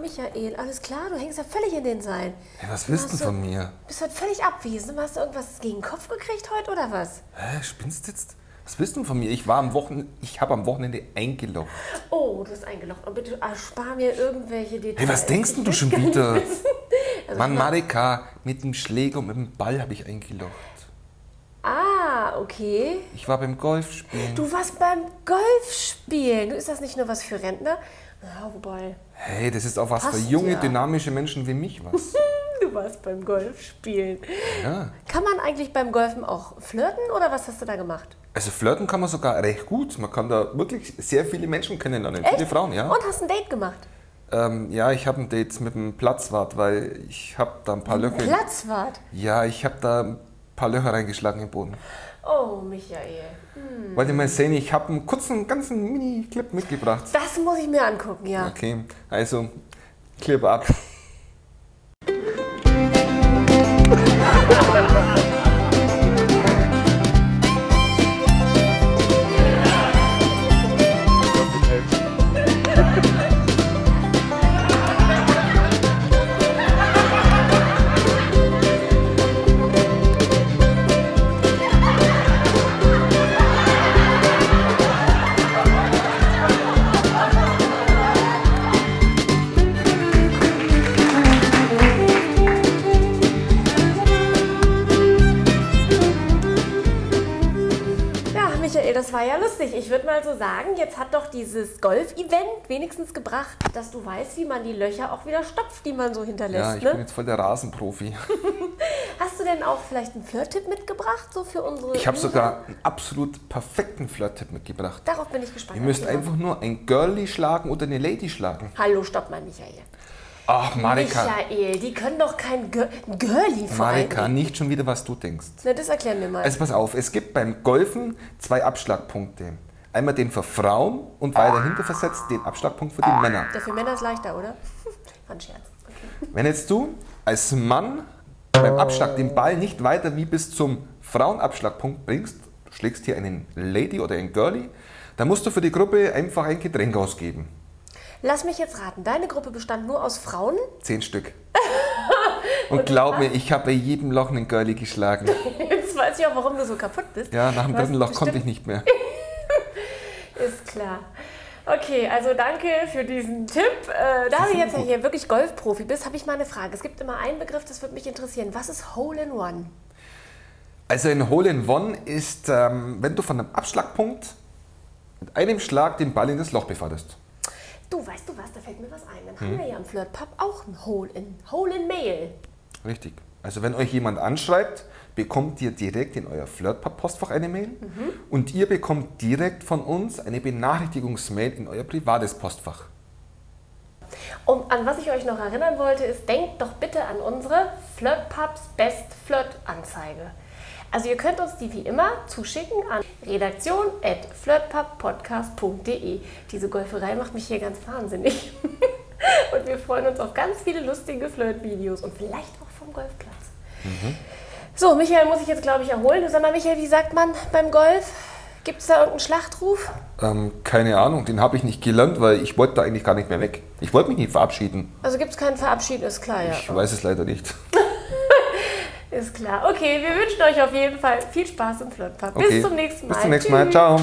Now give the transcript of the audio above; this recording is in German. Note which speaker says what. Speaker 1: Michael, alles klar, du hängst ja völlig in den Seilen.
Speaker 2: Hey, was willst du
Speaker 1: Hast du-
Speaker 2: von mir?
Speaker 1: Bist heute völlig abwesend. Hast du irgendwas gegen den Kopf gekriegt heute oder was?
Speaker 2: Hä, spinnst jetzt? Was willst du von mir? Ich war am Wochenende, ich habe am Wochenende eingeloggt.
Speaker 1: Oh, du bist eingelocht. Und bitte erspar mir irgendwelche Details.
Speaker 2: Hey, was denkst denn du schon
Speaker 1: Ich will gar
Speaker 2: wieder?
Speaker 1: nicht wissen. Äh, Also,
Speaker 2: Mann, Marika, mit dem Schläger und mit dem Ball habe ich eingeloggt.
Speaker 1: Ah, okay.
Speaker 2: Ich war beim Golfspielen.
Speaker 1: Du warst beim Golfspielen. Du ist das nicht nur was für Rentner? Ah, wobei.
Speaker 2: Hey, das ist auch was für
Speaker 1: Passt
Speaker 2: junge,
Speaker 1: ja.
Speaker 2: dynamische Menschen wie mich was.
Speaker 1: Du warst beim Golfspielen.
Speaker 2: Ja.
Speaker 1: Kann man eigentlich beim Golfen auch flirten oder was hast du da gemacht?
Speaker 2: Also flirten kann man sogar recht gut. Man kann da wirklich sehr viele Menschen kennenlernen. Viele Frauen, ja.
Speaker 1: Und hast ein Date gemacht?
Speaker 2: Ähm, ja, ich habe ein Date mit einem Platzwart, weil ich habe da ein paar Löcher.
Speaker 1: Platzwart.
Speaker 2: Ja, ich habe da ein paar Löcher reingeschlagen im Boden.
Speaker 1: Oh, Michael.
Speaker 2: Wollt ihr mal sehen, ich habe einen kurzen, ganzen Mini-Clip mitgebracht.
Speaker 1: Das muss ich mir angucken, ja.
Speaker 2: Okay, also, Clip ab.
Speaker 1: Ja, Michael, das war ja lustig. Ich würde mal so sagen, jetzt hat doch dieses Golf-Event wenigstens gebracht, dass du weißt, wie man die Löcher auch wieder stopft, die man so
Speaker 2: Ja,
Speaker 1: hinterlässt.
Speaker 2: ich bin
Speaker 1: ne?
Speaker 2: jetzt voll der Rasenprofi.
Speaker 1: Hast du denn auch vielleicht einen Flirt-Tipp mitgebracht, so für unsere.
Speaker 2: Ich habe
Speaker 1: User?
Speaker 2: sogar einen absolut perfekten Flirt-Tipp mitgebracht.
Speaker 1: Darauf bin ich gespannt.
Speaker 2: Ihr müsst
Speaker 1: Erzähl mal.
Speaker 2: einfach nur ein Girlie schlagen oder eine Lady schlagen.
Speaker 1: Hallo, stopp mal, Michael.
Speaker 2: Ach, Marika,
Speaker 1: Michael, die können doch kein Gir Girlie vor allen
Speaker 2: Marika,
Speaker 1: Dingen.
Speaker 2: nicht schon wieder, was du denkst.
Speaker 1: Na, das erklär mir mal.
Speaker 2: Also pass auf, es gibt beim Golfen zwei Abschlagpunkte. Einmal den für Frauen und weiter hinter versetzt den Abschlagpunkt für die Männer.
Speaker 1: Der für Männer ist leichter, oder? War ein Scherz. Okay.
Speaker 2: Wenn jetzt du als Mann beim Abschlag den Ball nicht weiter wie bis zum Frauenabschlagpunkt bringst, du schlägst hier einen Lady oder einen Girlie, dann musst du für die Gruppe einfach ein Getränk ausgeben.
Speaker 1: Lass mich jetzt raten. Deine Gruppe bestand nur aus Frauen?
Speaker 2: Zehn Stück. Und glaub mir, ich habe bei jedem Loch einen Girlie geschlagen.
Speaker 1: Jetzt weiß ich auch, warum du so kaputt bist.
Speaker 2: Ja, nach dem
Speaker 1: Du hast
Speaker 2: dritten Loch konnte ich
Speaker 1: bestimmt-
Speaker 2: nicht mehr.
Speaker 1: Ist klar. Okay, also danke für diesen Tipp. Äh, da du jetzt ja hier wirklich Golfprofi bist, habe ich mal eine Frage. Es gibt immer einen Begriff, das würde mich interessieren. Was ist Hole in One?
Speaker 2: Also ein Hole in One ist, ähm, wenn du von einem Abschlagpunkt mit einem Schlag den Ball in das Loch beförderst.
Speaker 1: Du, weißt du was, da fällt mir was ein. Dann haben wir ja im Flirtpub auch ein Hole in, Hole in Mail.
Speaker 2: Richtig. Also wenn euch jemand anschreibt, bekommt ihr direkt in euer Flirt-Postfach eine Mail
Speaker 1: Mhm.
Speaker 2: und ihr bekommt direkt von uns eine Benachrichtigungsmail in euer privates Postfach.
Speaker 1: Und an was ich euch noch erinnern wollte, ist, denkt doch bitte an unsere Flirtpubs Best Flirt Anzeige. Also ihr könnt uns die wie immer zuschicken an redaktion.flirtpubpodcast.de. Diese Golferei macht mich hier ganz wahnsinnig. und wir freuen uns auf ganz viele lustige Flirtvideos und vielleicht auch vom Golfplatz. So, Michael muss ich jetzt, glaube ich, erholen. Du sag mal, Michael, wie sagt man beim Golf? Gibt es da irgendeinen Schlachtruf?
Speaker 2: Ähm, keine Ahnung, den habe ich nicht gelernt, weil ich wollte da eigentlich gar nicht mehr weg. Ich wollte mich nicht verabschieden.
Speaker 1: Also gibt es keinen Verabschieden, ist klar, ja.
Speaker 2: Ich weiß es leider nicht.
Speaker 1: Ist klar. Okay, wir wünschen euch auf jeden Fall viel Spaß im Flirtpub.
Speaker 2: Okay.
Speaker 1: Bis zum nächsten Mal.
Speaker 2: Bis zum nächsten Mal.
Speaker 1: Tschüss.
Speaker 2: Ciao.